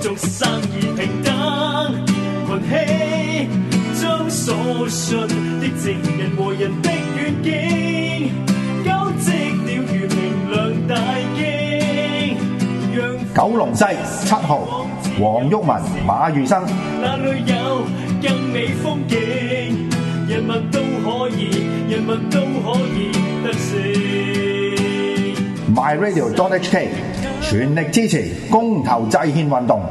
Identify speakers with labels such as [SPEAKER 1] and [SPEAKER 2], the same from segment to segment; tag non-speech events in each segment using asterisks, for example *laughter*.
[SPEAKER 1] 做生意平等，群起將所信的證人和人的願景，交織了如明亮大鏡，讓
[SPEAKER 2] 九龍西七號，黃毓民、馬如生，
[SPEAKER 1] 那裏有更美風景，人民都可以，人民都可以得勝。
[SPEAKER 2] myradio.hk 全力支持公投制憲運動。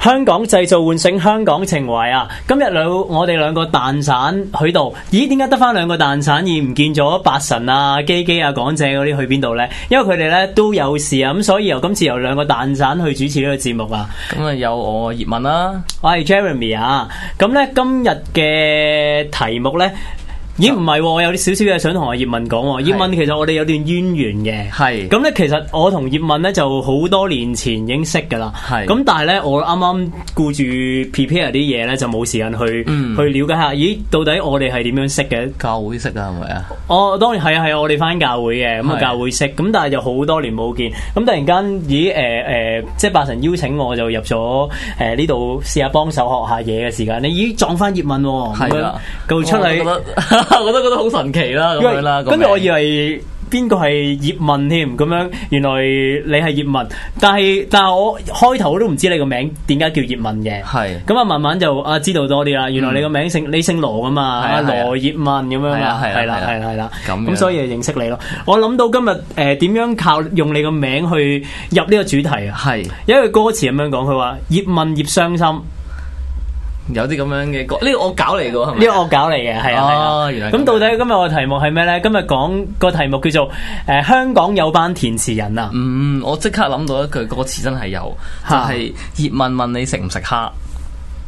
[SPEAKER 3] 香港製造喚醒香港情懷啊！今日兩我哋兩個蛋散喺度，咦？點解得翻兩個蛋散而唔見咗八神啊、基基啊、港姐嗰啲去邊度呢？因為佢哋咧都有事啊，咁所以由今次由兩個蛋散去主持呢個節目啊。
[SPEAKER 4] 咁啊有我葉問啦，
[SPEAKER 3] 我係 Jeremy 啊，咁咧今日嘅題目咧。咦，唔係喎，我有啲少少嘢想同阿葉問講喎。葉問其實我哋有段淵源嘅，
[SPEAKER 4] 係
[SPEAKER 3] 咁咧，其實我同葉問咧就好多年前已經識㗎啦。
[SPEAKER 4] 係
[SPEAKER 3] 咁，但係咧，我啱啱顧住 prepare 啲嘢咧，就冇時間去、
[SPEAKER 4] 嗯
[SPEAKER 3] 去了解下，咦，到底我哋係點樣識嘅？
[SPEAKER 4] 教會式啊，係咪啊？
[SPEAKER 3] 我、當然係啊，係啊，我哋翻教會嘅，咁啊
[SPEAKER 4] 係
[SPEAKER 3] 教會識，咁但係就好多年冇見，咁突然間，咦誒誒、呃即係八神邀請我就入咗誒呢度試下幫手學下嘢嘅時間咧，咦撞翻葉問喎，咁
[SPEAKER 4] 係
[SPEAKER 3] 樣
[SPEAKER 4] 啦，
[SPEAKER 3] 就出
[SPEAKER 4] 我覺得
[SPEAKER 3] 嚟，，
[SPEAKER 4] 我都覺得 *laughs* 好神奇啦，咁
[SPEAKER 3] 因為
[SPEAKER 4] 樣啦。
[SPEAKER 3] 跟住我以
[SPEAKER 4] 為
[SPEAKER 3] 為。邊個係葉問添？咁樣原來你係葉問，但係但係我開頭都唔知你個名點解叫葉問嘅。
[SPEAKER 4] 係
[SPEAKER 3] 咁啊，慢慢就啊知道多啲啦。原來你個名姓你姓羅噶嘛，
[SPEAKER 4] 嗯係啊
[SPEAKER 3] 啊
[SPEAKER 4] 係啊
[SPEAKER 3] 羅葉問咁樣
[SPEAKER 4] 係啊
[SPEAKER 3] 嘛，
[SPEAKER 4] 係啊
[SPEAKER 3] 係啦
[SPEAKER 4] 係啊
[SPEAKER 3] 係啦係啦。
[SPEAKER 4] 咁樣
[SPEAKER 3] 咁所以就認識你咯。我諗到今日誒點樣靠用你個名去入呢個主題啊？
[SPEAKER 4] 係
[SPEAKER 3] 有一句歌詞咁樣講，佢話葉問葉傷心，呢
[SPEAKER 4] 有啲咁樣嘅歌，呢個我搞嚟噶，係咪？
[SPEAKER 3] 個惡搞嚟嘅，係啊係啊
[SPEAKER 4] 哦原。來咁
[SPEAKER 3] 咁到底今日我嘅題目係咩呢？今日講個題目叫做誒香港有班填詞人啊。
[SPEAKER 4] 嗯，我即刻諗到一句歌詞，真係有，就
[SPEAKER 3] 嚇
[SPEAKER 4] 係葉問問你食唔食蝦，
[SPEAKER 3] 誒誒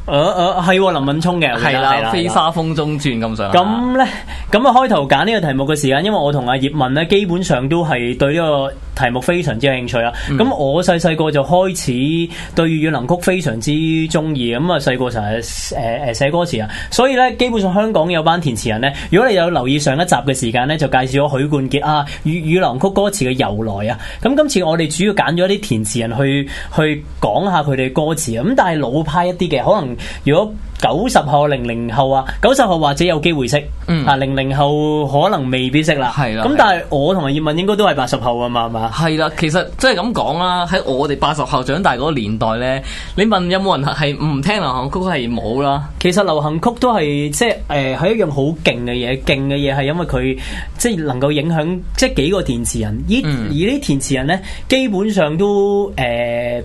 [SPEAKER 3] 呃係喎，林敏聰嘅我記得
[SPEAKER 4] 係
[SPEAKER 3] 係
[SPEAKER 4] 啦，飛沙風中轉咁上下。
[SPEAKER 3] 咁咧，咁啊開頭揀呢個題目嘅時間，因為我同阿葉問咧，基本上都係對呢個題目非常之有興趣啦。咁、我細細個就開始對粵語能曲非常之中意，咁啊細個成日誒誒寫歌詞啊，所以咧基本上香港有班填詞人咧，如果你有留意上一集嘅時間咧，就介紹咗許冠傑啊粵語能曲歌詞嘅由來啊。咁今次我哋主要揀咗一啲填詞人去去講下佢哋歌詞啊。咁但係老派一啲嘅，可能如果九十後、零零後啊，九十後或者有機會識，
[SPEAKER 4] 嗯
[SPEAKER 3] 啊零零後可能未必識啦。
[SPEAKER 4] 係啦
[SPEAKER 3] 咁
[SPEAKER 4] 係啦
[SPEAKER 3] 但係我同埋葉問應該都係八十後啊嘛，係嘛？
[SPEAKER 4] 係啦，其實即係咁講啦，喺我哋八十後長大嗰個年代咧，你問有冇人係唔聽流行曲係冇啦，
[SPEAKER 3] 其實流行曲都係即係誒係一樣好勁嘅嘢，勁嘅嘢係因為佢即係能夠影響即係幾個填詞人，而
[SPEAKER 4] 嗯
[SPEAKER 3] 而呢啲填詞人咧基本上都誒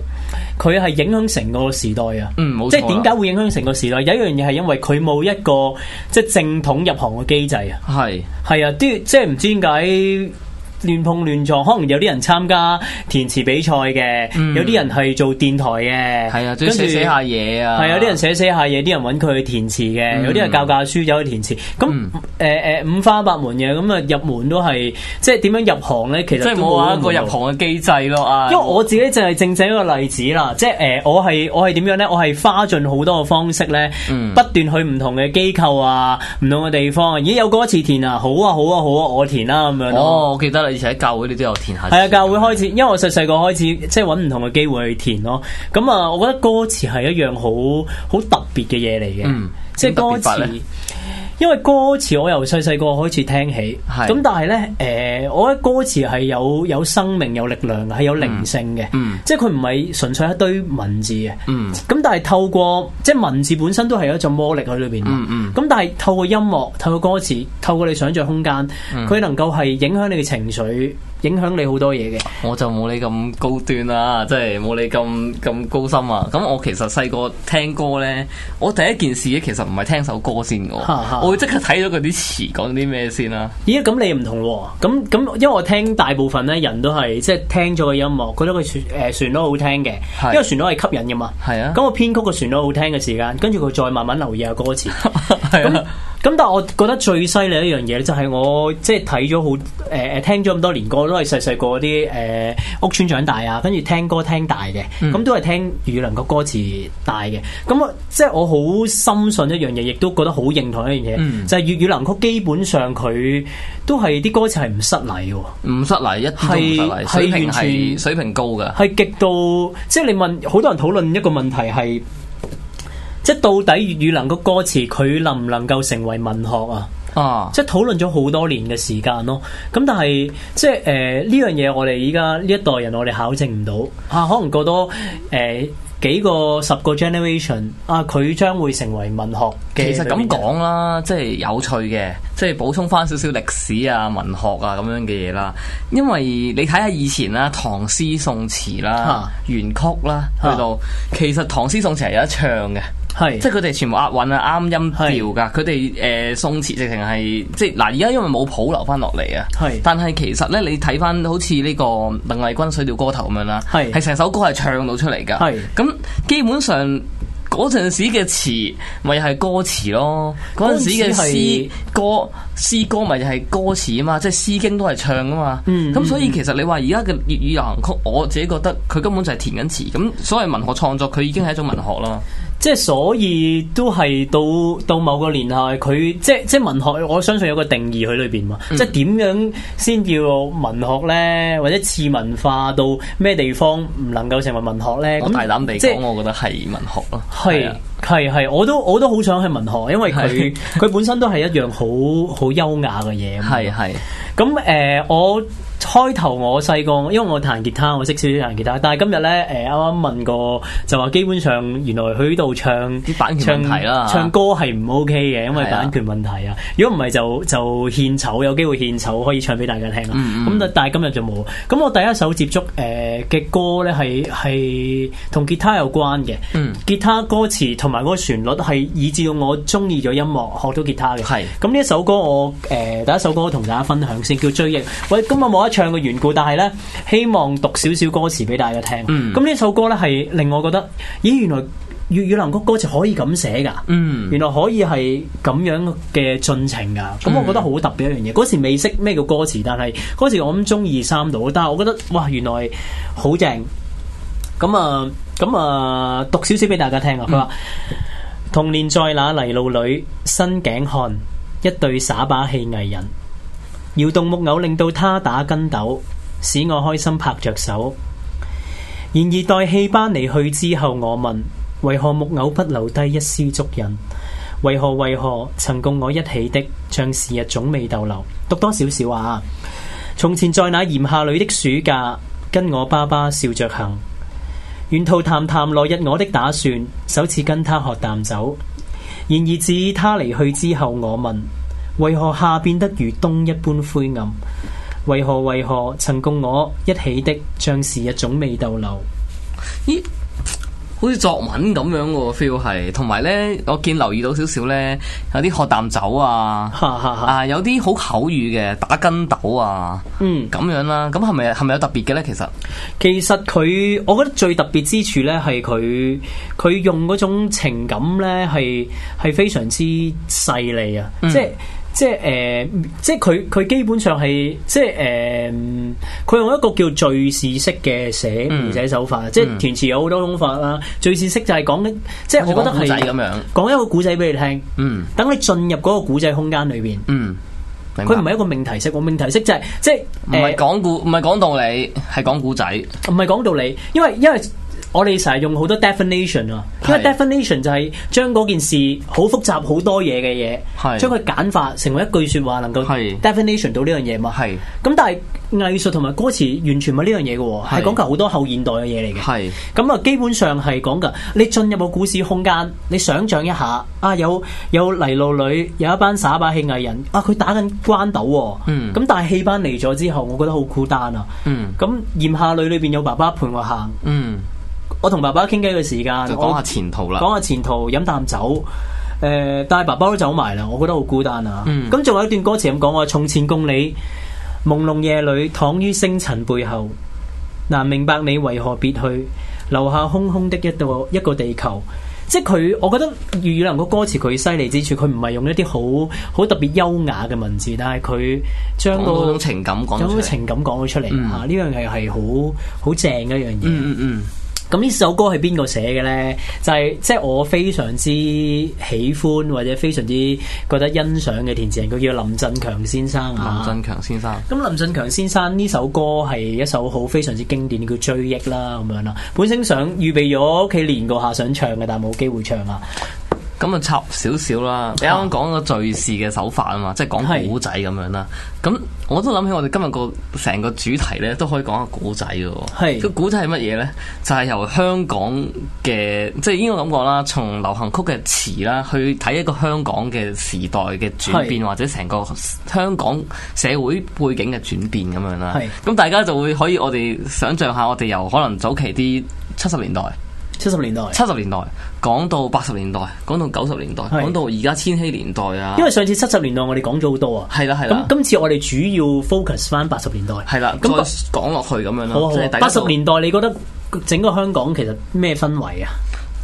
[SPEAKER 3] 佢係影響成個時代啊。
[SPEAKER 4] 嗯冇錯啦
[SPEAKER 3] 即係點解會影響成個時代？有一樣嘢係因為佢冇一個即係正統入行嘅機制啊。
[SPEAKER 4] 係
[SPEAKER 3] 係啊，啲即係唔知點解。亂碰亂撞，可能有啲人參加填詞比賽嘅，
[SPEAKER 4] 嗯
[SPEAKER 3] 有啲人係做電台嘅，
[SPEAKER 4] 係啊，仲
[SPEAKER 3] 跟
[SPEAKER 4] 要
[SPEAKER 3] 住
[SPEAKER 4] 寫寫下嘢啊，
[SPEAKER 3] 係有啲人寫寫下嘢，啲人揾佢去填詞嘅，
[SPEAKER 4] 嗯
[SPEAKER 3] 有啲人教教書走去填詞。咁
[SPEAKER 4] 嗯
[SPEAKER 3] 誒誒五花八門嘅，咁啊入門都係即係點樣入行咧？其實
[SPEAKER 4] 即係
[SPEAKER 3] 都
[SPEAKER 4] 冇話一個
[SPEAKER 3] 門
[SPEAKER 4] 入
[SPEAKER 3] 路
[SPEAKER 4] 行嘅機制咯啊，
[SPEAKER 3] 因為我自己就係正正一個例子啦，即係誒、呃我係我係點樣咧？我係花盡好多嘅方式咧，
[SPEAKER 4] 嗯
[SPEAKER 3] 不斷去唔同嘅機構啊，唔同嘅地方啊。咦，有歌詞填啊，好啊，好啊，好啊，我填啦、咁樣咯。
[SPEAKER 4] 哦，我記得啦，以前喺教會你都有填下。
[SPEAKER 3] 係啊，教會開始，因為我細細個開始即係揾唔同嘅機會去填咯。咁啊，我覺得歌詞係一樣好好特別嘅嘢嚟嘅，
[SPEAKER 4] 嗯
[SPEAKER 3] 即係歌
[SPEAKER 4] 點特別法
[SPEAKER 3] 詞
[SPEAKER 4] 呢。
[SPEAKER 3] 因為歌詞我由細細個開始聽起，
[SPEAKER 4] 係
[SPEAKER 3] 咁但係呢，誒、我覺得歌詞係有有生命、有力量嘅，係有靈性嘅，
[SPEAKER 4] 嗯
[SPEAKER 3] 即係佢唔係純粹一堆文字嘅。
[SPEAKER 4] 嗯
[SPEAKER 3] 咁但係透過即係文字本身都係有一種魔力喺裏邊，咁、
[SPEAKER 4] 嗯嗯
[SPEAKER 3] 但係透過音樂、透過歌詞、透過你想象空間，
[SPEAKER 4] 嗯
[SPEAKER 3] 佢、能夠係影響你嘅情緒，影響你好多嘢嘅。
[SPEAKER 4] 我就冇你咁高端啦，即係冇你咁咁高深啊。咁我其實細個聽歌咧，我第一件事咧其實唔係聽首歌先嘅
[SPEAKER 3] 哈哈
[SPEAKER 4] 喎，我會即刻睇咗佢啲詞講啲咩先啦。
[SPEAKER 3] 咦，咁你唔同喎，咁咁，因為我聽大部分咧人都係即係聽咗個音樂，覺得佢旋誒旋律好聽嘅，
[SPEAKER 4] 係
[SPEAKER 3] 因為旋律係吸引嘅嘛。
[SPEAKER 4] 係啊 *laughs*
[SPEAKER 3] 咁我編曲個旋律好聽嘅時間，跟住佢再慢慢留意下歌詞。
[SPEAKER 4] 係
[SPEAKER 3] 咁
[SPEAKER 4] 啊，
[SPEAKER 3] 咁但係我覺得最犀利一樣嘢就係我即係睇咗好誒誒聽咗咁多年歌，都係細細個嗰啲誒屋村長大啊，跟住聽歌聽大嘅，咁、
[SPEAKER 4] 嗯
[SPEAKER 3] 都係聽粵語能曲歌詞大嘅。咁我即係我好深信一樣嘢，亦都覺得好認同一樣嘢，
[SPEAKER 4] 嗯
[SPEAKER 3] 就係粵語能曲基本上佢都係啲歌詞係唔失禮嘅喎。
[SPEAKER 4] 唔失禮，一啲都唔失禮，
[SPEAKER 3] 係
[SPEAKER 4] 水平
[SPEAKER 3] 係完全
[SPEAKER 4] 係水平高㗎。
[SPEAKER 3] 係極度，即係你問好多人討論一個問題係，即係到底粵語能夠歌詞佢能唔能夠成為文學啊？
[SPEAKER 4] 啊，
[SPEAKER 3] 即係討論咗好多年嘅時間咯。咁但係即係誒呢樣嘢，我哋依家呢一代人，我哋考證唔到啊。可能過多誒、呃、幾個十個 generation 啊，佢將會成為文學嘅。
[SPEAKER 4] 其實咁講啦，即係有趣嘅，即係補充翻少少歷史啊、文學啊咁樣嘅嘢啦。因為你睇下以前啦，唐詩宋詞啦
[SPEAKER 3] 啊、
[SPEAKER 4] 元曲啦，去
[SPEAKER 3] 啊
[SPEAKER 4] 到其實唐詩宋詞係有得唱嘅。
[SPEAKER 3] 係
[SPEAKER 4] 即係佢哋全部押韻啊，啱音調㗎。佢哋誒宋詞直情係即係嗱，而家因為冇譜留翻落嚟啊。
[SPEAKER 3] 係
[SPEAKER 4] 但係其實咧，你睇翻好似呢個鄧麗君《水調歌頭》咁樣啦，
[SPEAKER 3] 係
[SPEAKER 4] 係成首歌係唱到出嚟㗎。
[SPEAKER 3] 係
[SPEAKER 4] 咁基本上。嗰陣時嘅詞咪係歌詞咯，嗰陣時嘅
[SPEAKER 3] 嗰陣時係
[SPEAKER 4] 詩歌詩歌咪就係歌詞啊嘛，即係《詩經》都係唱啊嘛。咁、
[SPEAKER 3] 嗯
[SPEAKER 4] 所以其實你話而家嘅粵語流行曲，我自己覺得佢根本就係填緊詞。咁所謂文學創作，佢已經係一種文學啦嘛。
[SPEAKER 3] 即係所以都係到到某個年代，佢即係即係文學，我相信有個定義喺裏邊嘛。
[SPEAKER 4] 嗯
[SPEAKER 3] 即係點樣先叫文學咧，或者次文化到咩地方唔能夠成為文學咧？
[SPEAKER 4] 我
[SPEAKER 3] 咁
[SPEAKER 4] 大膽地
[SPEAKER 3] 即
[SPEAKER 4] 講，
[SPEAKER 3] 係
[SPEAKER 4] 我覺得係文學咯。
[SPEAKER 3] 係
[SPEAKER 4] 啊
[SPEAKER 3] 係係，我都我都好想去文學，因為佢
[SPEAKER 4] 係
[SPEAKER 3] 佢本身都係一樣好好優雅嘅嘢。
[SPEAKER 4] 係係
[SPEAKER 3] 咁誒、呃我開頭我細個，因為我彈吉他，我識少少彈吉他。但係今日呃咧，誒啱啱問過，就話基本上原來佢呢度唱
[SPEAKER 4] 啲版權
[SPEAKER 3] 唱
[SPEAKER 4] 問題啦
[SPEAKER 3] 唱歌係唔 OK 嘅，因為
[SPEAKER 4] 係啊
[SPEAKER 3] 版權問題啊。如果唔係就就獻醜，有機會獻醜可以唱俾大家聽啊啦。咁、
[SPEAKER 4] 嗯嗯
[SPEAKER 3] 但但係今日就冇。咁我第一首接觸誒嘅、歌咧係係同吉他有關嘅。
[SPEAKER 4] 嗯
[SPEAKER 3] 吉他歌詞同埋嗰個旋律係以至到我中意咗音樂，學到吉他嘅。
[SPEAKER 4] 係
[SPEAKER 3] 咁呢一首歌我誒、呃第一首歌同大家分享先，叫《追憶》。喂，今日冇得唱嘅緣故，但係咧希望讀少少歌詞俾大家聽。
[SPEAKER 4] 嗯
[SPEAKER 3] 咁呢、首歌咧係令我覺得，咦原來粵語能曲歌詞可以咁寫㗎。
[SPEAKER 4] 嗯
[SPEAKER 3] 原來可以係咁樣嘅進程㗎，咁我覺得好特別一樣嘢。嗰時未識咩叫歌詞，但係嗰時我諗中二三度，但係我覺得哇，原來好正。咁啊，咁啊，讀少少俾大家聽啊。佢話：童年在那泥路裏，伸頸看一對耍把戲藝人，搖動木偶令到他打筋斗，使我開心拍着手。然而待戲班離去之後，我問：為何木偶不留低一絲足印？為何為何曾共我一起的，像時日總未逗留？讀多少少啊！從前在那炎夏裏的暑假，跟我爸爸笑着行，沿途談談來日我的打算，首次跟他喝啖酒。然而自他離去之後，我問：為何夏變得如冬一般灰暗？為何為何曾共我一起的，像時日總未逗留？
[SPEAKER 4] 咦，好似作文咁樣喎，feel 係。同埋咧，我見留意到少少咧，有啲喝啖酒啊，
[SPEAKER 3] 哈哈哈！
[SPEAKER 4] 啊有啲好口語嘅打筋斗啊，
[SPEAKER 3] 嗯。
[SPEAKER 4] 咁樣啦。咁係咪係咪有特別嘅咧？其實
[SPEAKER 3] 其實佢，我覺得最特別之處咧，係佢佢用嗰種情感咧，係係非常之細膩啊！
[SPEAKER 4] 嗯
[SPEAKER 3] 即係即係誒、呃即係佢佢基本上係即係誒，嗯佢、用一個叫敘事式嘅寫
[SPEAKER 4] 嗯
[SPEAKER 3] 描寫手法，即係填詞有好多種法啦。敘事式就係講緊，即係
[SPEAKER 4] 好似
[SPEAKER 3] 我覺得
[SPEAKER 4] 講古仔咁
[SPEAKER 3] 係
[SPEAKER 4] 樣。
[SPEAKER 3] 講一個古仔俾你聽，
[SPEAKER 4] 嗯
[SPEAKER 3] 等你進入嗰個古仔空間裏邊。
[SPEAKER 4] 嗯，明白
[SPEAKER 3] 佢唔係一個命題式，我命題式就係、即係
[SPEAKER 4] 唔
[SPEAKER 3] 誒
[SPEAKER 4] 係講故，唔係講道理，係講古仔。
[SPEAKER 3] 唔係講道理，因為因為我哋成日用好多 definition 啊，因為
[SPEAKER 4] 係
[SPEAKER 3] definition 就係將嗰件事好複雜好多嘢嘅
[SPEAKER 4] 係
[SPEAKER 3] 嘢，將佢簡化成為一句説話能夠
[SPEAKER 4] 係
[SPEAKER 3] definition 到呢樣嘢嘛。
[SPEAKER 4] 係
[SPEAKER 3] 咁但係藝術同埋歌詞完全唔係呢樣嘢嘅喎，
[SPEAKER 4] 係
[SPEAKER 3] 係講求好多後現代嘅嘢嚟嘅。
[SPEAKER 4] 係
[SPEAKER 3] 咁啊，基本上係講噶，你進入個股市空間，你想像一下啊，有有泥路女，有一班耍把戲藝人啊，佢打緊關鬥喎、
[SPEAKER 4] 嗯
[SPEAKER 3] 咁但係戲班嚟咗之後，我覺得好孤單啊。
[SPEAKER 4] 嗯
[SPEAKER 3] 咁炎夏裏裏邊有爸爸陪我行，
[SPEAKER 4] 嗯，
[SPEAKER 3] 我同爸爸傾偈嘅時間，
[SPEAKER 4] 就講下前途
[SPEAKER 3] 我
[SPEAKER 4] 啦。
[SPEAKER 3] 講下前途，飲啖酒。誒、但係爸爸都走埋啦，我覺得好孤單啊。
[SPEAKER 4] 嗯
[SPEAKER 3] 咁仲、有一段歌詞咁講話：從前共你朦朧夜裏，躺於星塵背後，難明白你為何別去，留下空空的一個一個地球。即係佢，我覺得粵語能嘅歌詞佢犀利之處，佢唔係用一啲好好特別優雅嘅文字，但係佢將
[SPEAKER 4] 講
[SPEAKER 3] 個
[SPEAKER 4] 到嗰種情感講
[SPEAKER 3] 將
[SPEAKER 4] 出
[SPEAKER 3] 個
[SPEAKER 4] 嚟
[SPEAKER 3] 情感講咗出嚟嚇，啊呢樣嘢係好好正嘅一樣嘢。
[SPEAKER 4] 嗯嗯嗯，
[SPEAKER 3] 咁呢首歌係邊個寫嘅呢？就係、即係我非常之喜歡或者非常之覺得欣賞嘅填詞人，佢叫林振強先生啊。
[SPEAKER 4] 林振強先生，
[SPEAKER 3] 咁林振強先生呢首歌係一首好非常之經典叫《追憶》啦，咁樣啦。本身想預備咗屋企練過下想唱嘅，但係冇機會唱啊。
[SPEAKER 4] 咁啊插少少啦。你啱啱講個敘事嘅手法啊嘛，即係
[SPEAKER 3] 係
[SPEAKER 4] 講古仔咁樣啦。咁我都諗起我哋今日個成個主題咧，都可以講下古仔嘅喎。
[SPEAKER 3] 係
[SPEAKER 4] 個古仔係乜嘢咧？就係、由香港嘅，即係應該咁講啦，從流行曲嘅詞啦，去睇一個香港嘅時代嘅轉變，
[SPEAKER 3] 係
[SPEAKER 4] 或者成個香港社會背景嘅轉變咁樣啦
[SPEAKER 3] 係。
[SPEAKER 4] 咁大家就會可以我哋想像下，我哋由可能早期啲七十年代。
[SPEAKER 3] 七十年代，
[SPEAKER 4] 七十年代講到八十年代，講到九十年代，
[SPEAKER 3] 係
[SPEAKER 4] 講到而家千禧年代啊，
[SPEAKER 3] 因為上次七十年代我哋講咗好多啊。
[SPEAKER 4] 係啦係啦
[SPEAKER 3] 咁今次我哋主要 focus 翻八十年代。
[SPEAKER 4] 係啦，
[SPEAKER 3] 咁
[SPEAKER 4] 再
[SPEAKER 3] 八
[SPEAKER 4] 講落去咁樣
[SPEAKER 3] 好啊
[SPEAKER 4] 咯，
[SPEAKER 3] 好
[SPEAKER 4] 即係
[SPEAKER 3] 啊
[SPEAKER 4] 大家
[SPEAKER 3] 八十年代你覺得整個香港其實咩氛圍啊？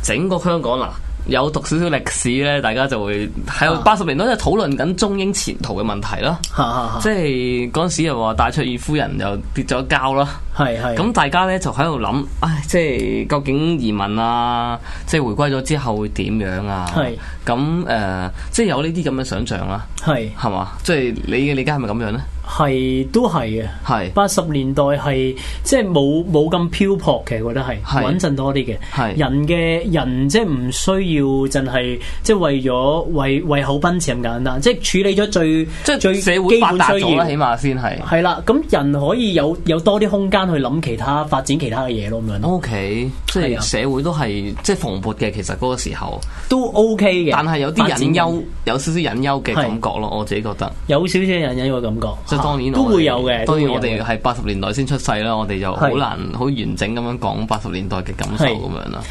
[SPEAKER 4] 整個香港嗱。有讀少少歷史咧，大家就會喺
[SPEAKER 3] 啊
[SPEAKER 4] 八十年代就討論緊中英前途嘅問題啦。
[SPEAKER 3] 嚇嚇
[SPEAKER 4] 即
[SPEAKER 3] 嚇，
[SPEAKER 4] 係嗰陣時又話戴卓爾夫人又跌咗交啦，
[SPEAKER 3] 係係
[SPEAKER 4] 咁大家咧就喺度諗，唉，即係究竟移民啊，即係回歸咗之後會點樣啊？
[SPEAKER 3] 係
[SPEAKER 4] 咁誒，即係有呢啲咁嘅想像啦，
[SPEAKER 3] 係
[SPEAKER 4] 係嘛？即係你嘅理解係咪咁樣咧？
[SPEAKER 3] 係都係嘅。
[SPEAKER 4] 係。
[SPEAKER 3] 八十年代係即係冇冇咁漂泊嘅，我覺得係
[SPEAKER 4] 係
[SPEAKER 3] 穩陣多啲嘅。
[SPEAKER 4] 係
[SPEAKER 3] 人嘅人即係唔需要淨係即係為咗為為口奔馳咁簡單，即係處理咗最
[SPEAKER 4] 即係
[SPEAKER 3] 最
[SPEAKER 4] 社會
[SPEAKER 3] 基
[SPEAKER 4] 發
[SPEAKER 3] 本
[SPEAKER 4] 達
[SPEAKER 3] 需
[SPEAKER 4] 咗啦，
[SPEAKER 3] 要
[SPEAKER 4] 起。碼先係。
[SPEAKER 3] 係啦，咁人可以有有多啲空間去諗其他發展其他嘅嘢咯，咁樣咯
[SPEAKER 4] O、k 即
[SPEAKER 3] 係
[SPEAKER 4] 係
[SPEAKER 3] 啊
[SPEAKER 4] 社會都係即係蓬勃嘅，其實嗰個時候，
[SPEAKER 3] 都 OK 嘅。
[SPEAKER 4] 但係有啲
[SPEAKER 3] 發展
[SPEAKER 4] 隱
[SPEAKER 3] 緊
[SPEAKER 4] 憂，有少少隱憂嘅
[SPEAKER 3] 係
[SPEAKER 4] 感覺咯，我自己覺得。
[SPEAKER 3] 有少少人有個感覺，
[SPEAKER 4] 即係當然
[SPEAKER 3] 嚇都
[SPEAKER 4] 我哋
[SPEAKER 3] 會有嘅。
[SPEAKER 4] 當然
[SPEAKER 3] 都
[SPEAKER 4] 我
[SPEAKER 3] 會有
[SPEAKER 4] 哋
[SPEAKER 3] 嘅
[SPEAKER 4] 係八十年代先出世啦，我哋就好
[SPEAKER 3] 係
[SPEAKER 4] 難好完整咁樣講八十年代嘅感受
[SPEAKER 3] 係
[SPEAKER 4] 咁樣啦。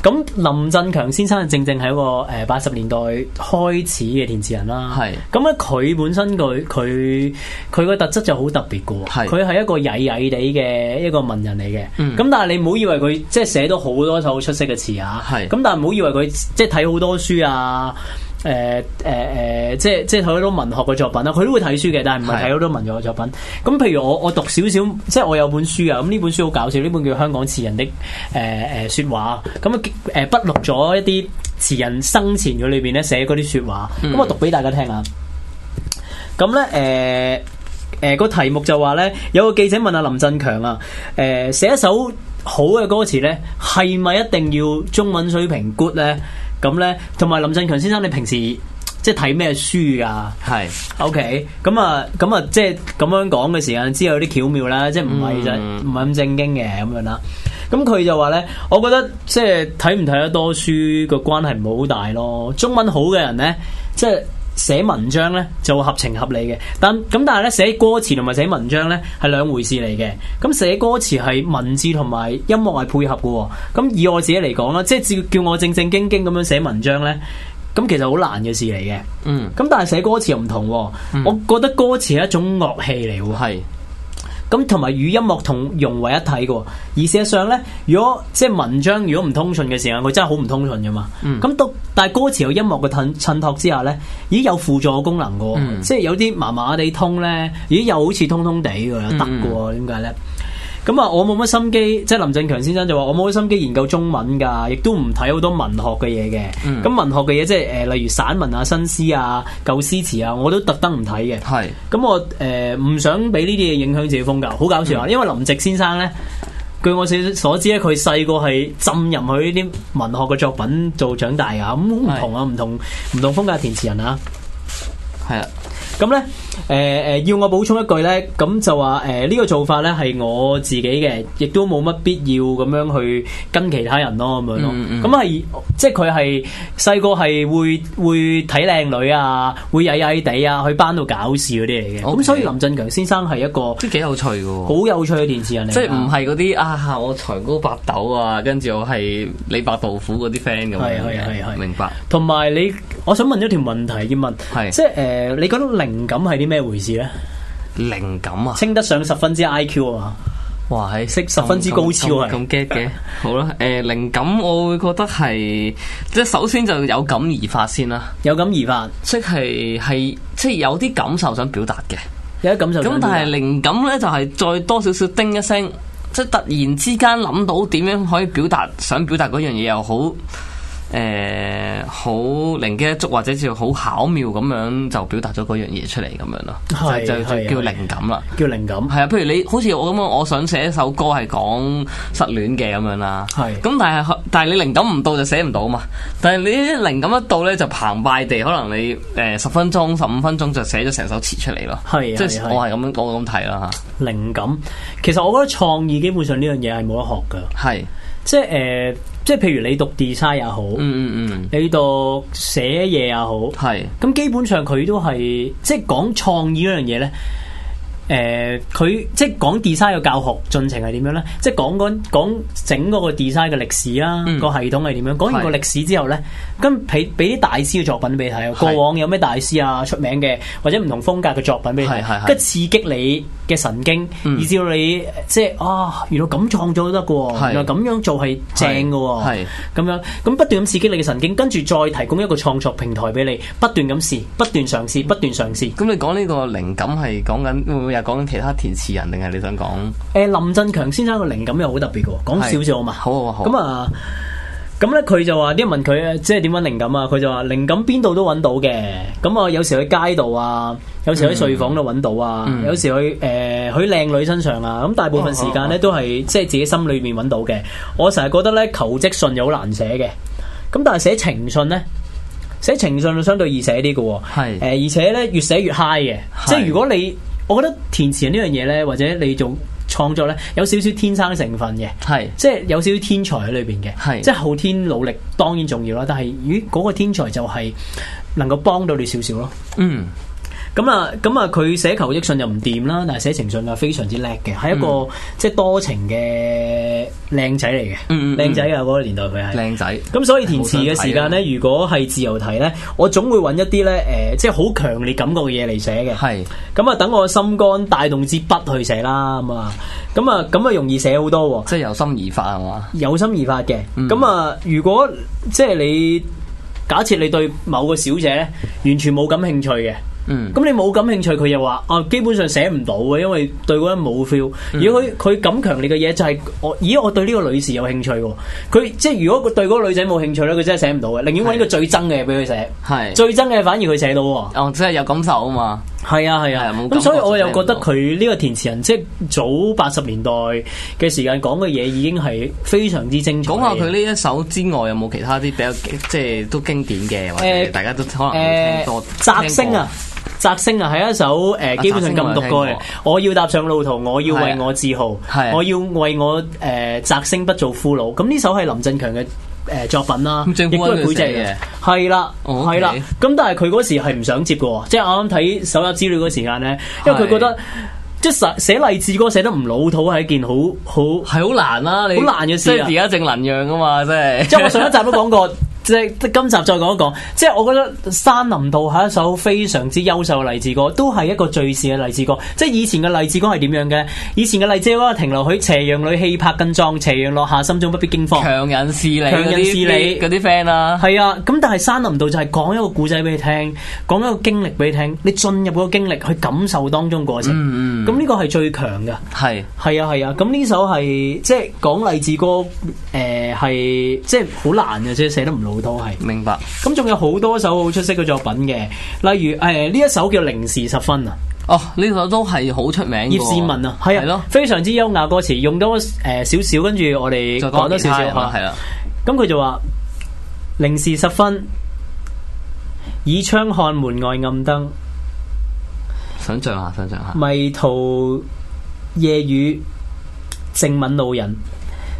[SPEAKER 3] 咁林振強先生正正係一個誒八十年代開始嘅填詞人啦。
[SPEAKER 4] 係
[SPEAKER 3] 咁咧，佢本身佢佢佢個特質就好特別嘅
[SPEAKER 4] 係嗯
[SPEAKER 3] 喎。佢係一個曳曳地嘅一個文人嚟嘅。咁、但係你唔好以為佢即係寫到好多首好出色嘅詞啊。
[SPEAKER 4] 係
[SPEAKER 3] 咁但係唔好以為佢即係睇好多書啊。誒誒誒，即係即係睇好多文學嘅作品啦，啊佢都會睇書嘅，但係唔係
[SPEAKER 4] 係
[SPEAKER 3] 睇好多文學嘅作品。咁譬如我我讀少少，即係我有本書啊，咁呢本書好搞笑，呢本叫《香港詞人的誒誒説話》，咁啊誒筆錄咗一啲詞人生前佢裏邊咧寫嗰啲説話，咁、我讀俾大家聽下。咁咧誒誒個題目就話咧，有個記者問阿林振強啊，誒、寫一首好嘅歌詞咧，係咪一定要中文水平 good 咧？咁咧，同埋林振強先生，你平時即係睇咩書啊噶？
[SPEAKER 4] 係
[SPEAKER 3] OK，咁啊，咁啊，即係咁樣講嘅時間，知道有啲巧妙啦，即係唔係就
[SPEAKER 4] 嗯
[SPEAKER 3] 唔係咁正經嘅咁樣啦。咁佢就話咧，我覺得即係睇唔睇得多書個關係唔好大咯。中文好嘅人咧，即係寫文章咧就會合情合理嘅，但咁但係咧寫歌詞同埋寫文章咧係兩回事嚟嘅。咁寫歌詞係文字同埋音樂係配合嘅喎。咁以我自己嚟講啦，即係叫叫我正正經經咁樣寫文章咧，咁其實好難嘅事嚟嘅。
[SPEAKER 4] 嗯
[SPEAKER 3] 咁但係寫歌詞又唔同喎，我覺得歌詞係一種樂器嚟喎，
[SPEAKER 4] 係
[SPEAKER 3] 咁同埋與音樂同融為一體嘅喎。而事實上呢，如果即係文章如果唔通順嘅時間，佢真係好唔通順嘅嘛。
[SPEAKER 4] 嗯
[SPEAKER 3] 咁到、但係歌詞有音樂嘅襯襯托之下呢，咦有輔助嘅功能嘅喎，
[SPEAKER 4] 嗯
[SPEAKER 3] 即係有啲麻麻地通呢，咦又好似通通地嘅，又
[SPEAKER 4] 嗯
[SPEAKER 3] 得嘅喎，點解呢？咁啊，我冇乜心機，即係林振強先生就話我冇乜心機研究中文㗎，亦都唔睇好多文學嘅嘢嘅。咁、文學嘅嘢即係誒、呃例如散文啊、新詩啊、舊詩詞啊，我都特登唔睇嘅。
[SPEAKER 4] 係
[SPEAKER 3] 咁我誒唔、想俾呢啲嘢影響自己風格，好搞笑啊！因為林夕先生咧，據我所所知咧，佢細個係浸啊入去呢啲文學嘅作品做長大啊，咁唔同啊，唔同唔同風格嘅填詞人啊。
[SPEAKER 4] 係啊啦，
[SPEAKER 3] 咁咧，誒、誒，要我補充一句咧，咁就話誒呢個做法咧係我自己嘅，亦都冇乜必要咁樣去跟其他人咯，咁樣咯
[SPEAKER 4] 嗯嗯。
[SPEAKER 3] 咁係、即係佢係細個係會會睇靚女啊，會曳曳地啊，去班度搞事嗰啲嚟嘅。咁
[SPEAKER 4] OK
[SPEAKER 3] 所以林振強先生係一個
[SPEAKER 4] 都幾有趣嘅喎。
[SPEAKER 3] 好有趣嘅電視人嚟㗎，
[SPEAKER 4] 即係唔係嗰啲啊，我長高八斗啊，跟住我係李白杜甫嗰啲 friend 咁
[SPEAKER 3] 係
[SPEAKER 4] 樣
[SPEAKER 3] 係係係
[SPEAKER 4] 嘅，明白？
[SPEAKER 3] 同埋你，我想問一條問題要問，
[SPEAKER 4] 係
[SPEAKER 3] 即係誒、呃你覺得靈感係啲咩回事咧？
[SPEAKER 4] 靈感啊！
[SPEAKER 3] 稱得上十分之 I Q 啊嘛，
[SPEAKER 4] 哇，係識
[SPEAKER 3] 十分之高超啊
[SPEAKER 4] 咁
[SPEAKER 3] 係
[SPEAKER 4] 咁 get 嘅，好啦，誒靈感我會覺得係即係首先就有感而發先啦，
[SPEAKER 3] 有感而發，
[SPEAKER 4] 即係係即係有啲感受想表達嘅。
[SPEAKER 3] 有啲感受上
[SPEAKER 4] 咁
[SPEAKER 3] 表達。
[SPEAKER 4] 但係靈感呢，就係再多少少叮一聲，即係突然之間諗到點樣可以表達想表達嗰樣嘢又好。誒好靈機一觸，或者叫好巧妙咁樣就表達咗嗰樣嘢出嚟咁樣咯，
[SPEAKER 3] 係
[SPEAKER 4] 就就
[SPEAKER 3] 係
[SPEAKER 4] 就叫
[SPEAKER 3] 係
[SPEAKER 4] 靈感啦。
[SPEAKER 3] 叫靈感，
[SPEAKER 4] 係啊，譬如你好似我咁樣，我想寫一首歌係講失戀嘅咁樣啦。
[SPEAKER 3] 係
[SPEAKER 4] 咁但係但係你靈感唔到就寫唔到嘛。但係你啲靈感一到咧，就澎湃地，可能你誒十分鐘、十五分鐘就寫咗成首詞出嚟咯。
[SPEAKER 3] 係
[SPEAKER 4] 即
[SPEAKER 3] 係
[SPEAKER 4] 係
[SPEAKER 3] 係
[SPEAKER 4] 我係咁樣我咁睇啦
[SPEAKER 3] 靈感。其實我覺得創意基本上呢樣嘢係冇得學噶，
[SPEAKER 4] 嚇。係，
[SPEAKER 3] 即係誒、即係譬如你讀 design 也好，
[SPEAKER 4] 嗯嗯嗯，
[SPEAKER 3] 你讀寫嘢也好。
[SPEAKER 4] 係
[SPEAKER 3] 咁基本上佢都係即係講創意嗰樣嘢咧。誒，佢、即係講 design 嘅教學進程係點樣咧？即係講緊講整嗰個 design 嘅歷史啦，
[SPEAKER 4] 嗯
[SPEAKER 3] 個系統係點樣？講完個
[SPEAKER 4] 係
[SPEAKER 3] 歷史之後咧，咁俾俾啲大師嘅作品俾你睇，過往有咩大師啊出名嘅，或者唔同風格嘅作品俾你
[SPEAKER 4] 係係
[SPEAKER 3] 睇，
[SPEAKER 4] 係
[SPEAKER 3] 跟住刺激你嘅神經，
[SPEAKER 4] 嗯
[SPEAKER 3] 以至到你即係啊，原來咁創作都得嘅喎，
[SPEAKER 4] 係
[SPEAKER 3] 原來咁樣做係正嘅喎，
[SPEAKER 4] 係
[SPEAKER 3] 咁樣，咁不斷咁刺激你嘅神經，跟住再提供一個創作平台俾你，不斷咁試，不斷嘗試，不斷嘗試。
[SPEAKER 4] 咁你講呢個靈感係講緊會唔會又講緊其他填詞人定係你想講？
[SPEAKER 3] 誒、林振強先生嘅靈感又好特別嘅喎，講少少好嘛？
[SPEAKER 4] 好啊好啊
[SPEAKER 3] 咁啊，咁咧佢就話啲人問佢誒即係點揾靈感啊？佢就話靈感邊度都揾到嘅。咁啊，有時喺街度啊，有時喺睡房度揾到啊，
[SPEAKER 4] 嗯
[SPEAKER 3] 有時去誒喺靚女身上啊。咁大部分時間
[SPEAKER 4] 哦
[SPEAKER 3] 咧都係即係自己心裏面揾到嘅。我成日覺得咧求職信又好難寫嘅，咁但係寫情信咧。寫情信就相對易寫啲嘅喎，
[SPEAKER 4] 係
[SPEAKER 3] 誒、而且咧越寫越 high 嘅，即係
[SPEAKER 4] 係
[SPEAKER 3] 如果你，我覺得填詞人呢樣嘢咧，或者你做創作咧，有少少天生成分嘅，
[SPEAKER 4] 係
[SPEAKER 3] 即係有少少天才喺裏邊嘅，
[SPEAKER 4] 係
[SPEAKER 3] 即係後天努力當然重要啦，但係咦嗰、個天才就係能夠幫到你少少咯。
[SPEAKER 4] 嗯
[SPEAKER 3] 咁啊，咁啊，佢寫求益信就唔掂啦，但係寫情信啊非常之叻
[SPEAKER 4] 嗯
[SPEAKER 3] 嘅，係一個、即係多情嘅靚仔嚟嘅，靚、
[SPEAKER 4] 嗯嗯嗯
[SPEAKER 3] 仔啊嗰、個年代佢係。
[SPEAKER 4] 靚仔。
[SPEAKER 3] 咁所以填詞嘅時
[SPEAKER 4] 好想睇
[SPEAKER 3] 間
[SPEAKER 4] 啊
[SPEAKER 3] 咧，如果係自由題咧，我總會揾一啲咧誒，即係好強烈感覺嘅嘢嚟寫嘅。
[SPEAKER 4] 係
[SPEAKER 3] 咁啊，等我心肝帶動支筆去寫啦，咁啊，咁啊，咁啊容易寫好多喎，
[SPEAKER 4] 即係由心而發係嘛？
[SPEAKER 3] 有心而發嘅。
[SPEAKER 4] 嗯
[SPEAKER 3] 咁啊、如果即係你假設你對某個小姐咧完全冇感興趣嘅。
[SPEAKER 4] 嗯
[SPEAKER 3] 咁你冇感興趣，佢又話啊，基本上寫唔到嘅，因為對嗰人冇 feel。如
[SPEAKER 4] 嗯
[SPEAKER 3] 果佢佢咁強烈嘅嘢就係、我，咦，我對呢個女士有興趣喎。佢即係如果佢對嗰個女仔冇興趣咧，佢真係寫唔到嘅，寧願揾個最憎嘅嘢俾佢寫。
[SPEAKER 4] 係。
[SPEAKER 3] 最憎嘅反而佢寫到喎。
[SPEAKER 4] 哦，即係有感受啊嘛。
[SPEAKER 3] 係啊係
[SPEAKER 4] 係
[SPEAKER 3] 啊
[SPEAKER 4] 啊冇，
[SPEAKER 3] 咁
[SPEAKER 4] 感
[SPEAKER 3] 所以
[SPEAKER 4] 覺就
[SPEAKER 3] 我又
[SPEAKER 4] 聽唔
[SPEAKER 3] 覺得
[SPEAKER 4] 到
[SPEAKER 3] 佢呢個填詞人即係早八十年代嘅時間講嘅嘢已經係非常之精彩嘅。
[SPEAKER 4] 講下佢呢一首之外，有冇其他啲比較即係都經典嘅，或
[SPEAKER 3] 誒
[SPEAKER 4] 者大家都可能會聽多
[SPEAKER 3] 誒，摘星啊！！摘星啊，係一首誒，基本上咁讀過
[SPEAKER 4] 摘
[SPEAKER 3] 嘅
[SPEAKER 4] 星。
[SPEAKER 3] 我要踏上路途，我要為
[SPEAKER 4] 係啊
[SPEAKER 3] 我自豪
[SPEAKER 4] 係，啊
[SPEAKER 3] 我要為我誒摘星不做俘虜。咁呢首係林振強嘅誒作品啦，
[SPEAKER 4] 咁政府
[SPEAKER 3] 亦都係
[SPEAKER 4] 揾佢
[SPEAKER 3] 古仔
[SPEAKER 4] 寫
[SPEAKER 3] 嘅
[SPEAKER 4] 嘅。
[SPEAKER 3] 係啦，
[SPEAKER 4] 哦
[SPEAKER 3] 係啦
[SPEAKER 4] OK。
[SPEAKER 3] 咁但係佢嗰時係唔想接嘅喎，即係我啱啱睇搜集資料嗰時間咧，因為佢
[SPEAKER 4] 係
[SPEAKER 3] 覺得即係寫寫勵志歌寫得唔老土係一件好好。
[SPEAKER 4] 係好難啦、你
[SPEAKER 3] 好難嘅事啊
[SPEAKER 4] 即係而家正能量啊嘛，真係。
[SPEAKER 3] 即係我上一集都講過， *laughs* 即係今集再講一講。即係我覺得《山林道》係一首非常之優秀嘅勵志歌，都係一個敘事嘅勵志歌。即係以前嘅勵志歌係點樣嘅？以前嘅勵志歌係停留喺斜陽裏氣魄更壯，斜陽落下心中不必驚慌。
[SPEAKER 4] *laughs* 強人是你，
[SPEAKER 3] 強人是你
[SPEAKER 4] 嗰啲嗰啲 friend 啦。
[SPEAKER 3] 係啊，咁但係山林道就係講一個故仔俾你聽，講一個經歷俾你聽，你進入嗰個經歷去感受當中過程。
[SPEAKER 4] 嗯嗯
[SPEAKER 3] 咁呢個係最強嘅。
[SPEAKER 4] 係
[SPEAKER 3] 係啊係啊，咁呢首係即係講勵志歌，誒、係即係好難嘅，即係寫得唔老土係。
[SPEAKER 4] 明白。
[SPEAKER 3] 咁仲有好多首好出色嘅作品嘅，例如誒呢、一首叫《零時十分》啊，
[SPEAKER 4] 哦，呢首都係好出名嘅喎。
[SPEAKER 3] 葉倩文啊，係
[SPEAKER 4] 哦係
[SPEAKER 3] 啊
[SPEAKER 4] 咯，，
[SPEAKER 3] 非常之優雅歌詞，用多誒、少少，跟住我哋
[SPEAKER 4] 再
[SPEAKER 3] 講
[SPEAKER 4] 講
[SPEAKER 3] 多
[SPEAKER 4] 多
[SPEAKER 3] 少
[SPEAKER 4] 少啊
[SPEAKER 3] 少
[SPEAKER 4] 少係
[SPEAKER 3] 嚇。
[SPEAKER 4] 啦。
[SPEAKER 3] 咁佢就話零時十分，倚窗看門外暗燈，
[SPEAKER 4] 想象下，想象下。
[SPEAKER 3] 迷途夜雨，靜吻路人。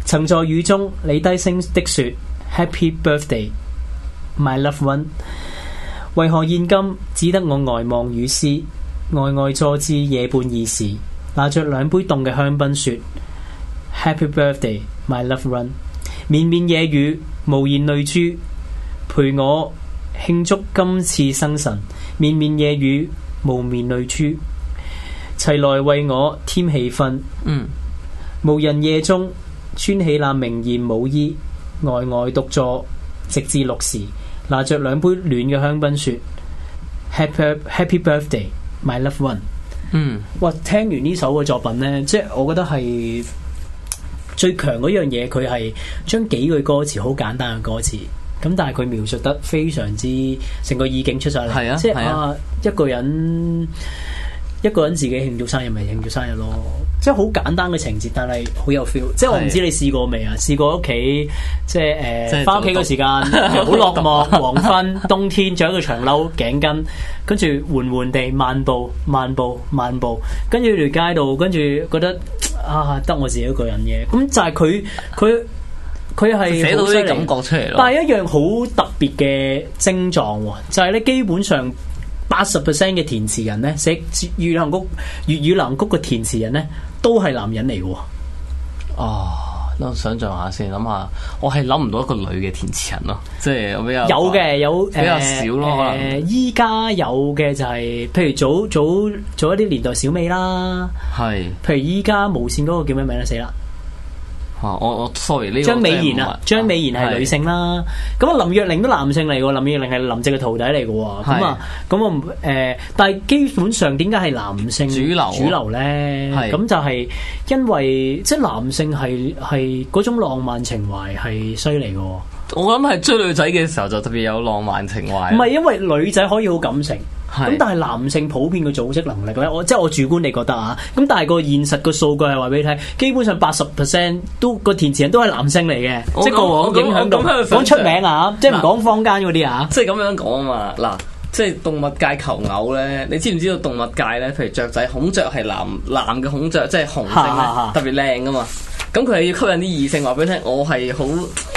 [SPEAKER 3] 曾在雨中，你低聲的說 Happy birthday, my loved one。為何現今只得我呆望雨絲，呆呆坐至夜半二時，拿着兩杯凍嘅香檳說 Happy birthday, my loved one。綿綿夜雨，無言淚珠，陪我慶祝今次生辰。綿綿夜雨，無眠淚珠，齊來為我添氣氛。
[SPEAKER 4] 嗯，
[SPEAKER 3] 無人夜中，穿起那明艳舞衣，呆呆獨坐，直至六時，拿着兩杯暖嘅香檳說：Happy Happy Birthday, my loved one。
[SPEAKER 4] 嗯，
[SPEAKER 3] 哇！聽完呢首嘅作品呢，即係我覺得係最強嗰樣嘢，佢係將幾句歌詞好簡單嘅歌詞，咁但係佢描述得非常之成個意境出晒嚟，
[SPEAKER 4] 係啊
[SPEAKER 3] 即係
[SPEAKER 4] 係啊
[SPEAKER 3] 啊一個人一個人自己慶祝生日咪慶祝生日咯，即係好簡單嘅情節，但係好有 feel。即係我唔知你試過未啊？試過屋企即係
[SPEAKER 4] 即係
[SPEAKER 3] 誒翻屋企嘅時間
[SPEAKER 4] *laughs*
[SPEAKER 3] 好落寞，黃昏冬天着一個長褸頸巾，跟住緩緩地漫步漫步漫步，跟住條街度，跟住覺得啊得我自己一個人嘅，咁就係佢佢。佢係
[SPEAKER 4] 嗯寫到
[SPEAKER 3] 好犀
[SPEAKER 4] 啲
[SPEAKER 3] 利
[SPEAKER 4] 感覺出嚟咯。
[SPEAKER 3] 但係一樣好特別嘅症狀喎，就係、咧基本上八十 percent 嘅填詞人咧，寫粵語流行曲粵語流行曲嘅填詞人咧，都係男人嚟嘅喎。
[SPEAKER 4] 哦，等我想象下先，諗下，我係諗唔到一個女嘅填詞人咯，即係我比較
[SPEAKER 3] 有嘅有
[SPEAKER 4] 比較少咯可能
[SPEAKER 3] 誒依家有嘅就係、譬如早早早一啲年代小美啦，
[SPEAKER 4] 係
[SPEAKER 3] 譬如依家無線嗰個叫咩名咧？死啦！
[SPEAKER 4] 啊我我 sorry 呢個
[SPEAKER 3] 張美賢
[SPEAKER 4] 真係唔
[SPEAKER 3] 啊
[SPEAKER 4] 係，
[SPEAKER 3] 張美賢係女，性啦。咁啊，林若寧都男性嚟喎，林若寧係林夕嘅徒弟嚟嘅喎。咁啊，咁啊，誒、但係基本上點解係男性
[SPEAKER 4] 主流啊
[SPEAKER 3] 主流咧？
[SPEAKER 4] 係
[SPEAKER 3] 咁就係因為即係男性係係嗰種浪漫情懷係犀利嘅喎，唔
[SPEAKER 4] 係我諗係追女仔嘅時候就特別有浪漫情懷。
[SPEAKER 3] 係因為女仔可以好感性。
[SPEAKER 4] 啊係
[SPEAKER 3] 咁但係男性普遍嘅組織能力咧，我即係我主觀你覺得啊，咁但係個現實個數據係話俾你聽，基本上八十 percent 都個填詞人都係男性嚟嘅，
[SPEAKER 4] 我
[SPEAKER 3] 即係
[SPEAKER 4] 咁
[SPEAKER 3] 過往
[SPEAKER 4] 我咁
[SPEAKER 3] 影響到
[SPEAKER 4] 我咁喺度想
[SPEAKER 3] 講出名啊，即係唔
[SPEAKER 4] 嗱
[SPEAKER 3] 講坊間嗰啲啊，
[SPEAKER 4] *laughs* 即係咁樣講啊嘛，嗱，即係動物界求偶咧，你知唔知道動物界咧？譬如雀仔，孔雀係男男嘅孔雀，即係雄性
[SPEAKER 3] 哈哈哈
[SPEAKER 4] 咧，特別靚啊噶嘛。咁佢係要吸引啲異性話俾你聽，我係好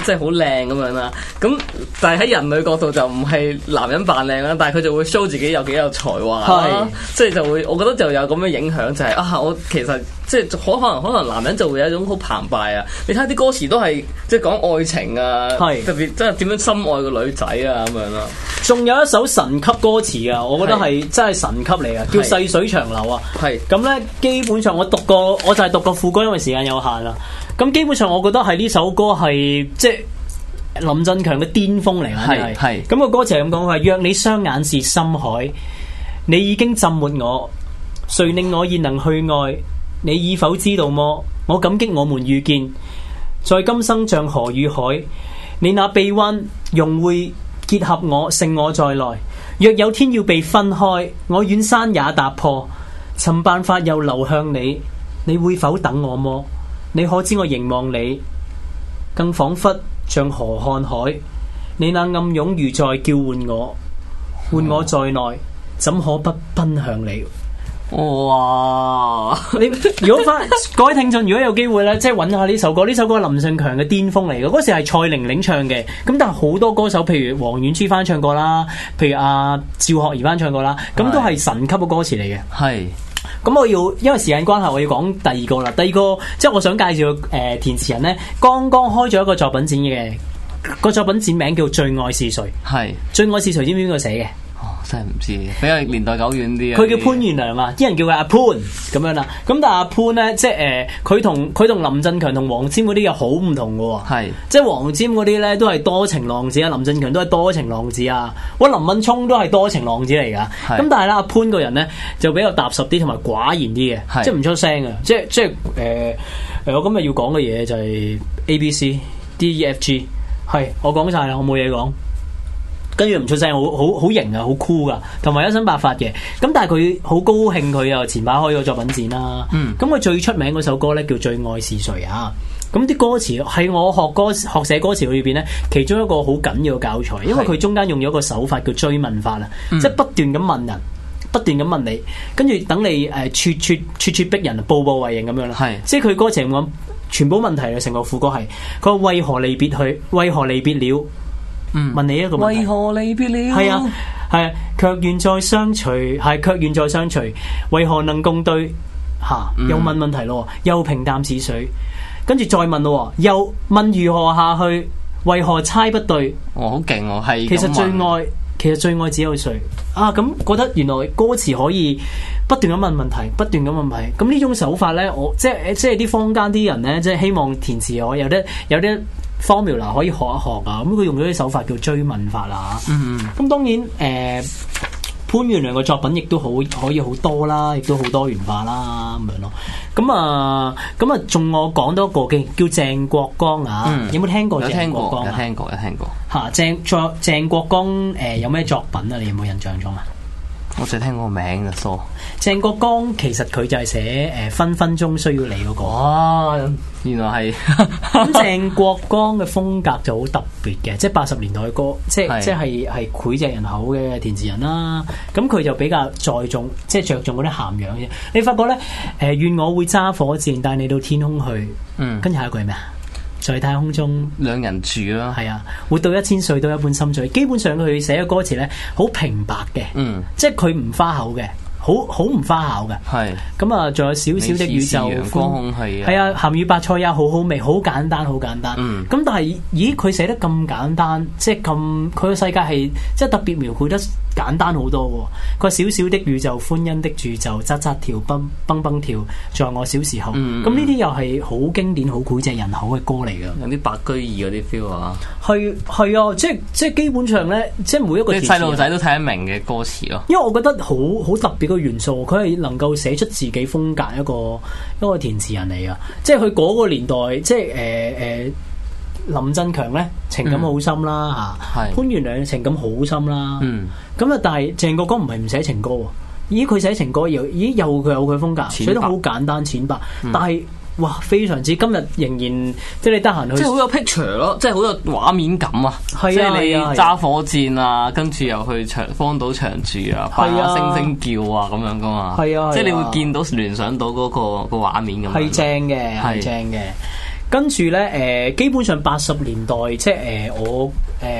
[SPEAKER 4] 即係好靚咁樣啦。咁但係喺人類角度就唔係男人扮靚啦，但係佢就會 show 自己有幾有才華啦
[SPEAKER 3] 係，
[SPEAKER 4] *laughs* 即係就會我覺得就有咁嘅影響，就係、啊，我其實即係可可能可能男人就會有一種好澎湃啊。你睇下啲歌詞都係即係講愛情啊，
[SPEAKER 3] 係
[SPEAKER 4] 特別即係點樣深愛個女仔啊咁樣啦。
[SPEAKER 3] 仲有一首神級歌詞啊，我覺得係真係神級嚟啊，叫《
[SPEAKER 4] 係
[SPEAKER 3] 細水長流》啊。
[SPEAKER 4] 係
[SPEAKER 3] 咁咧，基本上我讀過，我就係讀過副歌，因為時間有限啦。咁基本上，我覺得係呢首歌係即係林振強嘅巔峰嚟啊！
[SPEAKER 4] 係
[SPEAKER 3] 真係
[SPEAKER 4] 係
[SPEAKER 3] 咁個歌詞係咁講，佢話若你雙眼是深海，你已經浸沒我，誰令我現能去愛？你已否知道麼？我感激我們遇見，在今生像河與海，你那臂彎用會結合我，勝我在內。若有天要被分開，我遠山也踏破，尋辦法又流向你，你會否等我麼？你可知我凝望你，更彷彿像河看海。你那暗湧如在叫喚我，喚我在內，怎可不奔向你？ *laughs*
[SPEAKER 4] 哇！
[SPEAKER 3] 你如果翻各位聽眾，如果有機會咧，即係揾下呢首歌，呢首歌係林振強嘅巔峰嚟嘅，嗰時係蔡玲玲唱嘅，咁但係好多歌手，譬如黃婉珠翻唱過啦，譬如阿、趙學而翻唱過啦，咁都係神級嘅歌詞嚟嘅。
[SPEAKER 4] *laughs* 係
[SPEAKER 3] 咁我要因為時間關係，我要講第二個啦。第二個即係我想介紹誒、呃填詞人呢，剛剛開咗一個作品展嘅，個作品展名叫《最愛是誰》，《
[SPEAKER 4] 係，
[SPEAKER 3] 最愛是誰》知唔知邊個寫嘅？
[SPEAKER 4] 哦，真係唔知，比較年代久遠啲啊。
[SPEAKER 3] 佢叫潘元良啊，啲人叫佢阿潘咁樣啦。咁但係阿潘咧，即係誒，佢同佢同林振強同黃霑嗰啲又好唔同嘅喎。
[SPEAKER 4] 係
[SPEAKER 3] 即係黃霑嗰啲咧，都係多情浪子啊，林振強都係多情浪子啊，哇，林敏聰都係多情浪子嚟噶。
[SPEAKER 4] 係
[SPEAKER 3] 咁但係咧，阿潘個人咧就比較踏實啲，同埋寡言啲嘅，
[SPEAKER 4] 係
[SPEAKER 3] 即係唔出聲嘅。即係即係誒誒，我今日要講嘅嘢就係 A B C D E F G，係我講晒啦，我冇嘢講。跟住唔出聲，好好好型啊，好酷噶，同埋一身白髮嘅。咁但係佢好高興，佢又前排開咗作品展啦。
[SPEAKER 4] 嗯
[SPEAKER 3] 咁佢、最出名嗰首歌咧叫《最愛是誰》啊。咁啲歌詞喺我學歌學寫歌詞裏邊咧，其中一個好緊要嘅教材，因為佢中間用咗一個手法叫追問法啊，
[SPEAKER 4] 嗯
[SPEAKER 3] 即係不斷咁問人。不斷咁問你，跟住等你誒咄咄咄咄逼人，啊步步為營咁樣啦。
[SPEAKER 4] 係
[SPEAKER 3] 即係佢歌詞咁講，全部問題啊，成個副歌係佢話為何離別去，為何離別了？
[SPEAKER 4] 嗯
[SPEAKER 3] 問你一個問題。
[SPEAKER 4] 為何離別了？
[SPEAKER 3] 係啊，係啊，卻願再相隨，係卻願再相隨，為何能共對？吓、又問問題咯，又平淡似水，跟住再問咯，又問如何下去？為何猜不對？
[SPEAKER 4] 哦我好勁喎，係
[SPEAKER 3] 其實
[SPEAKER 4] 咁
[SPEAKER 3] 最
[SPEAKER 4] 問
[SPEAKER 3] 愛，其實最愛只有誰啊！咁覺得原來歌詞可以不斷咁問問題，不斷咁問問題。咁呢種手法咧，我即係即係啲坊間啲人咧，即係希望填詞我有啲有啲 formula 可以學一學啊。咁佢用咗啲手法叫追問法啦。
[SPEAKER 4] 嗯
[SPEAKER 3] 咁當然誒、呃潘源良嘅作品亦都好可以好多啦，亦都好多元化啦咁樣咯。咁啊，咁啊，仲我講多一個嘅叫鄭國江啊，
[SPEAKER 4] 嗯
[SPEAKER 3] 有冇聽過
[SPEAKER 4] 有
[SPEAKER 3] 鄭
[SPEAKER 4] 聽
[SPEAKER 3] 國
[SPEAKER 4] 過，
[SPEAKER 3] 江
[SPEAKER 4] 有
[SPEAKER 3] 啊？
[SPEAKER 4] 聽過，有聽過，
[SPEAKER 3] 嚇，鄭作鄭國江誒、呃有咩作品啊？你有冇印象中啊？
[SPEAKER 4] 我就聽過個名嘅疏。
[SPEAKER 3] 鄭國江其實佢就係寫誒、呃分分鐘需要你嗰、
[SPEAKER 4] *laughs*
[SPEAKER 3] 個。
[SPEAKER 4] 哇！原來係 *laughs*
[SPEAKER 3] 咁鄭國江嘅風格就好特別嘅，即係八十年代嘅歌，即係
[SPEAKER 4] 係
[SPEAKER 3] 即係係膾炙人口嘅填詞人啦。咁佢就比較在重，即係着重嗰啲涵養嘅。你發覺咧，誒、呃願我會揸火箭帶你到天空去，
[SPEAKER 4] 嗯
[SPEAKER 3] 跟住下一句係咩啊？在太空中，
[SPEAKER 4] 兩人住啦，
[SPEAKER 3] 係啊，活到一千歲都一般心醉。基本上佢寫嘅歌詞咧，好平白嘅，
[SPEAKER 4] 嗯
[SPEAKER 3] 即係佢唔花口嘅，好好唔花巧嘅。
[SPEAKER 4] 係
[SPEAKER 3] 咁啊，仲有少少的宇宙
[SPEAKER 4] 你似是陽
[SPEAKER 3] 寬
[SPEAKER 4] 光空氣啊
[SPEAKER 3] 係啊，鹹魚白菜也好好味，好簡單，好簡單。咁、
[SPEAKER 4] 嗯
[SPEAKER 3] 但係，咦，佢寫得咁簡單，即係咁，佢個世界係即係特別描繪得簡單好多喎。佢話少少的宇宙，歡欣的宇宙，扎扎跳蹦蹦蹦跳，在我小時候。咁
[SPEAKER 4] 嗯
[SPEAKER 3] 呢啲又係好經典、好膾炙人口嘅歌嚟㗎。
[SPEAKER 4] 有啲白居易嗰啲 feel 啊，
[SPEAKER 3] 係係啊，即係即係基本上咧，即係每一個
[SPEAKER 4] 即係
[SPEAKER 3] 填詞
[SPEAKER 4] 細
[SPEAKER 3] 人
[SPEAKER 4] 路仔都睇得明嘅歌詞咯。
[SPEAKER 3] 因為我覺得好好特別嘅元素，佢係能夠寫出自己風格一個一個填詞人嚟噶，即係佢嗰個年代，即係誒誒林振強咧情感好深啦嚇，
[SPEAKER 4] 係
[SPEAKER 3] 潘源良情感好深啦，
[SPEAKER 4] 嗯，
[SPEAKER 3] 咁啊但係鄭國江唔係唔寫情歌喎，咦佢寫情歌又咦有佢有佢風格，
[SPEAKER 4] 淺白嗯
[SPEAKER 3] 寫得好簡單淺白，但係哇非常之今日仍然即係你得閒去
[SPEAKER 4] 即係好有 picture 咯，即係好有畫面感啊！
[SPEAKER 3] 係啊
[SPEAKER 4] 即係你
[SPEAKER 3] 係啊係啊
[SPEAKER 4] 揸火箭啊，跟住又去長荒島長住啊，
[SPEAKER 3] 係
[SPEAKER 4] 扮
[SPEAKER 3] 啊
[SPEAKER 4] 下星星叫啊咁樣噶嘛。
[SPEAKER 3] 係啊係啊
[SPEAKER 4] 即係你會見到聯想到嗰個個畫面咁樣。
[SPEAKER 3] 係正嘅，
[SPEAKER 4] 係
[SPEAKER 3] 係正嘅。跟住咧，誒、基本上八十年代，即係誒、呃我誒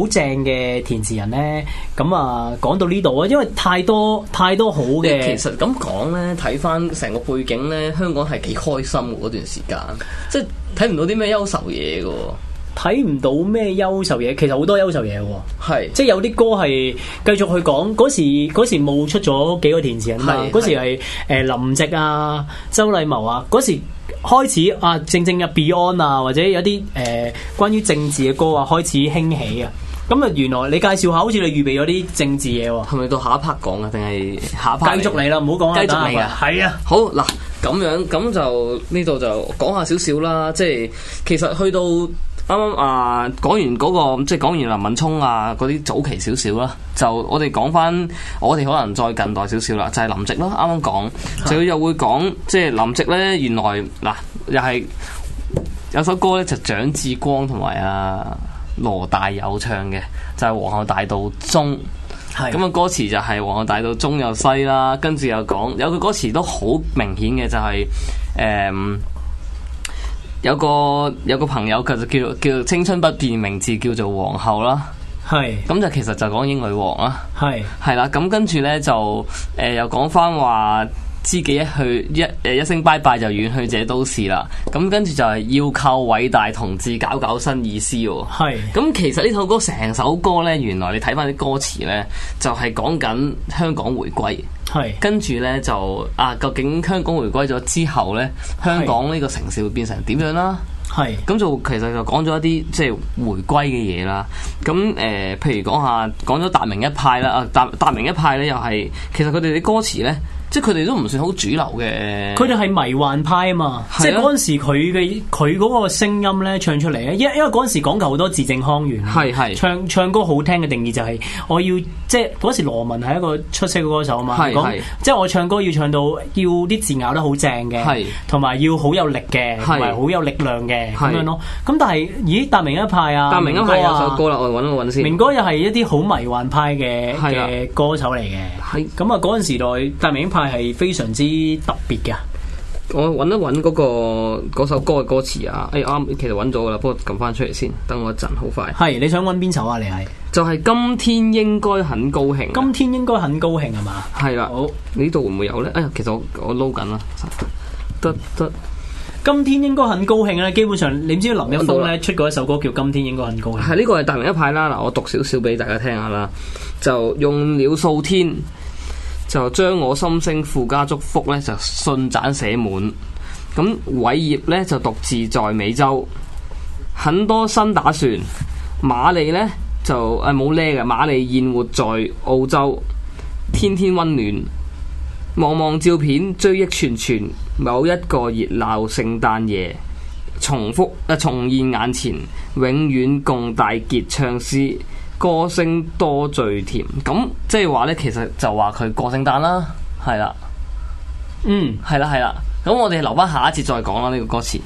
[SPEAKER 3] 好、正嘅填詞人咧，咁啊講到呢度啊，因為太多太多好嘅，
[SPEAKER 4] 其實咁講呢，睇翻成個背景呢，香港係幾開心嘅嗰段時間，即係睇唔到啲咩憂愁嘢嘅喎。
[SPEAKER 3] 睇唔到咩憂愁嘢，其實好多憂愁嘢喎。
[SPEAKER 4] 係
[SPEAKER 3] 即係有啲歌係繼續去講嗰時嗰時冒出咗幾個填詞人嘛，
[SPEAKER 4] 係
[SPEAKER 3] 嗰時係誒林夕啊、周禮茂啊，嗰時開始啊正正嘅 Beyond 啊，或者有啲誒、呃、關於政治嘅歌啊開始興起啊。咁啊，原來你介紹下，好似你預備咗啲政治嘢喎，
[SPEAKER 4] 係咪到下一 part 講啊？定係下一 part
[SPEAKER 3] 繼續
[SPEAKER 4] 嚟
[SPEAKER 3] 嚟啦，唔好講啦，
[SPEAKER 4] 繼續嚟
[SPEAKER 3] 等下
[SPEAKER 4] 啊
[SPEAKER 3] 係啊，
[SPEAKER 4] 好嗱，咁樣咁就呢度就講下少少啦，即係其實去到啱啱啊講完嗰、個，即係講完林敏聰啊嗰啲早期少少啦，就我哋講翻我哋可能再近代少少啦，就係、林夕啦，啱啱講，就又會講即係林夕呢，原來嗱又係有首歌呢，就蔣志光同埋啊羅大佑唱嘅，就係、皇后大道中》。
[SPEAKER 3] 係
[SPEAKER 4] 咁
[SPEAKER 3] 咁
[SPEAKER 4] 啊
[SPEAKER 3] 啊，
[SPEAKER 4] 歌詞就係皇后大道中又西啦，跟住又講有句歌詞都好明顯嘅就係、誒、有個有個朋友佢就叫做叫做青春不變，名字叫做皇后啦。
[SPEAKER 3] 係
[SPEAKER 4] 咁就其實就講英女王啦，
[SPEAKER 3] 係
[SPEAKER 4] 係啦。咁跟住呢，就誒、又講翻話。知己一去一誒一聲拜拜就遠去這都市啦，咁跟住就係要靠偉大同志搞搞新意思喎。
[SPEAKER 3] 係
[SPEAKER 4] 咁其實呢首歌成首歌呢，原來你睇翻啲歌詞呢，就係講緊香港回歸，
[SPEAKER 3] 係
[SPEAKER 4] 跟住呢，就啊，究竟香港回歸咗之後呢，香港呢個城市會變成點樣啦？
[SPEAKER 3] 係
[SPEAKER 4] 咁就其實就講咗一啲即係回歸嘅嘢啦。咁誒、呃譬如講下講咗達明一派啦，啊達達明一派呢，又係其實佢哋啲歌詞呢，即係佢哋都唔算好主流嘅。
[SPEAKER 3] 佢哋係迷幻派啊嘛，
[SPEAKER 4] 係啊
[SPEAKER 3] 即係嗰陣時佢嘅佢嗰個聲音咧唱出嚟啊咧，因因為嗰陣時講究好多字正腔圓，啊
[SPEAKER 4] 係係
[SPEAKER 3] 唱唱歌好聽嘅定義就係我要即係嗰時羅文係一個出色嘅歌手啊嘛，
[SPEAKER 4] 係
[SPEAKER 3] 講
[SPEAKER 4] 係
[SPEAKER 3] 即係我唱歌要唱到要啲字咬得好正嘅
[SPEAKER 4] 係，
[SPEAKER 3] 同埋要好有力嘅，
[SPEAKER 4] 係
[SPEAKER 3] 同埋好有力量嘅咁
[SPEAKER 4] 係
[SPEAKER 3] 樣咯。咁但係咦，達明一派啊，
[SPEAKER 4] 達明一
[SPEAKER 3] 明
[SPEAKER 4] 派
[SPEAKER 3] 哥
[SPEAKER 4] 有
[SPEAKER 3] 啊
[SPEAKER 4] 首歌啦，我揾一揾先。
[SPEAKER 3] 明哥又係一啲好迷幻派嘅
[SPEAKER 4] 係啦
[SPEAKER 3] 嘅歌手嚟嘅，
[SPEAKER 4] 係
[SPEAKER 3] 咁啊嗰陣時代達明一派係非常之特別嘅。
[SPEAKER 4] 我揾一揾嗰、個嗰首歌嘅歌詞啊，哎啱，其實揾咗噶啦，不過撳翻出嚟先，等我一陣，好快。
[SPEAKER 3] 係你想揾邊首啊？你係
[SPEAKER 4] 就係、今天應該很高興啊。
[SPEAKER 3] 今天應該很高興係啊嘛？
[SPEAKER 4] 係啦，
[SPEAKER 3] 好，
[SPEAKER 4] 呢度會唔會有呢？哎呀，其實我我撈緊啦，得得，
[SPEAKER 3] 今天應該很高興咧。基本上你知林一
[SPEAKER 4] 到
[SPEAKER 3] 峰
[SPEAKER 4] 啦
[SPEAKER 3] 咧出過一首歌叫《今天應該很高興》，
[SPEAKER 4] 係呢個係大明一派啦。嗱，我讀少少俾大家聽下啦，就用了數天，就將我心聲附加祝福呢，就信斬寫滿。咁偉業呢，就獨自在美洲，很多新打算。馬利呢，就誒冇呢嘅，馬利燕活在澳洲，天天温暖。望望照片，追憶全全某一個熱鬧聖誕夜。重複啊重現眼前，永遠共大傑唱詩，歌聲多最甜。咁即係話呢，其實就話佢過聖誕啦，係啦，
[SPEAKER 3] 嗯，
[SPEAKER 4] 係啦，係啦。咁我哋留翻下一節再講啦，呢、個歌詞。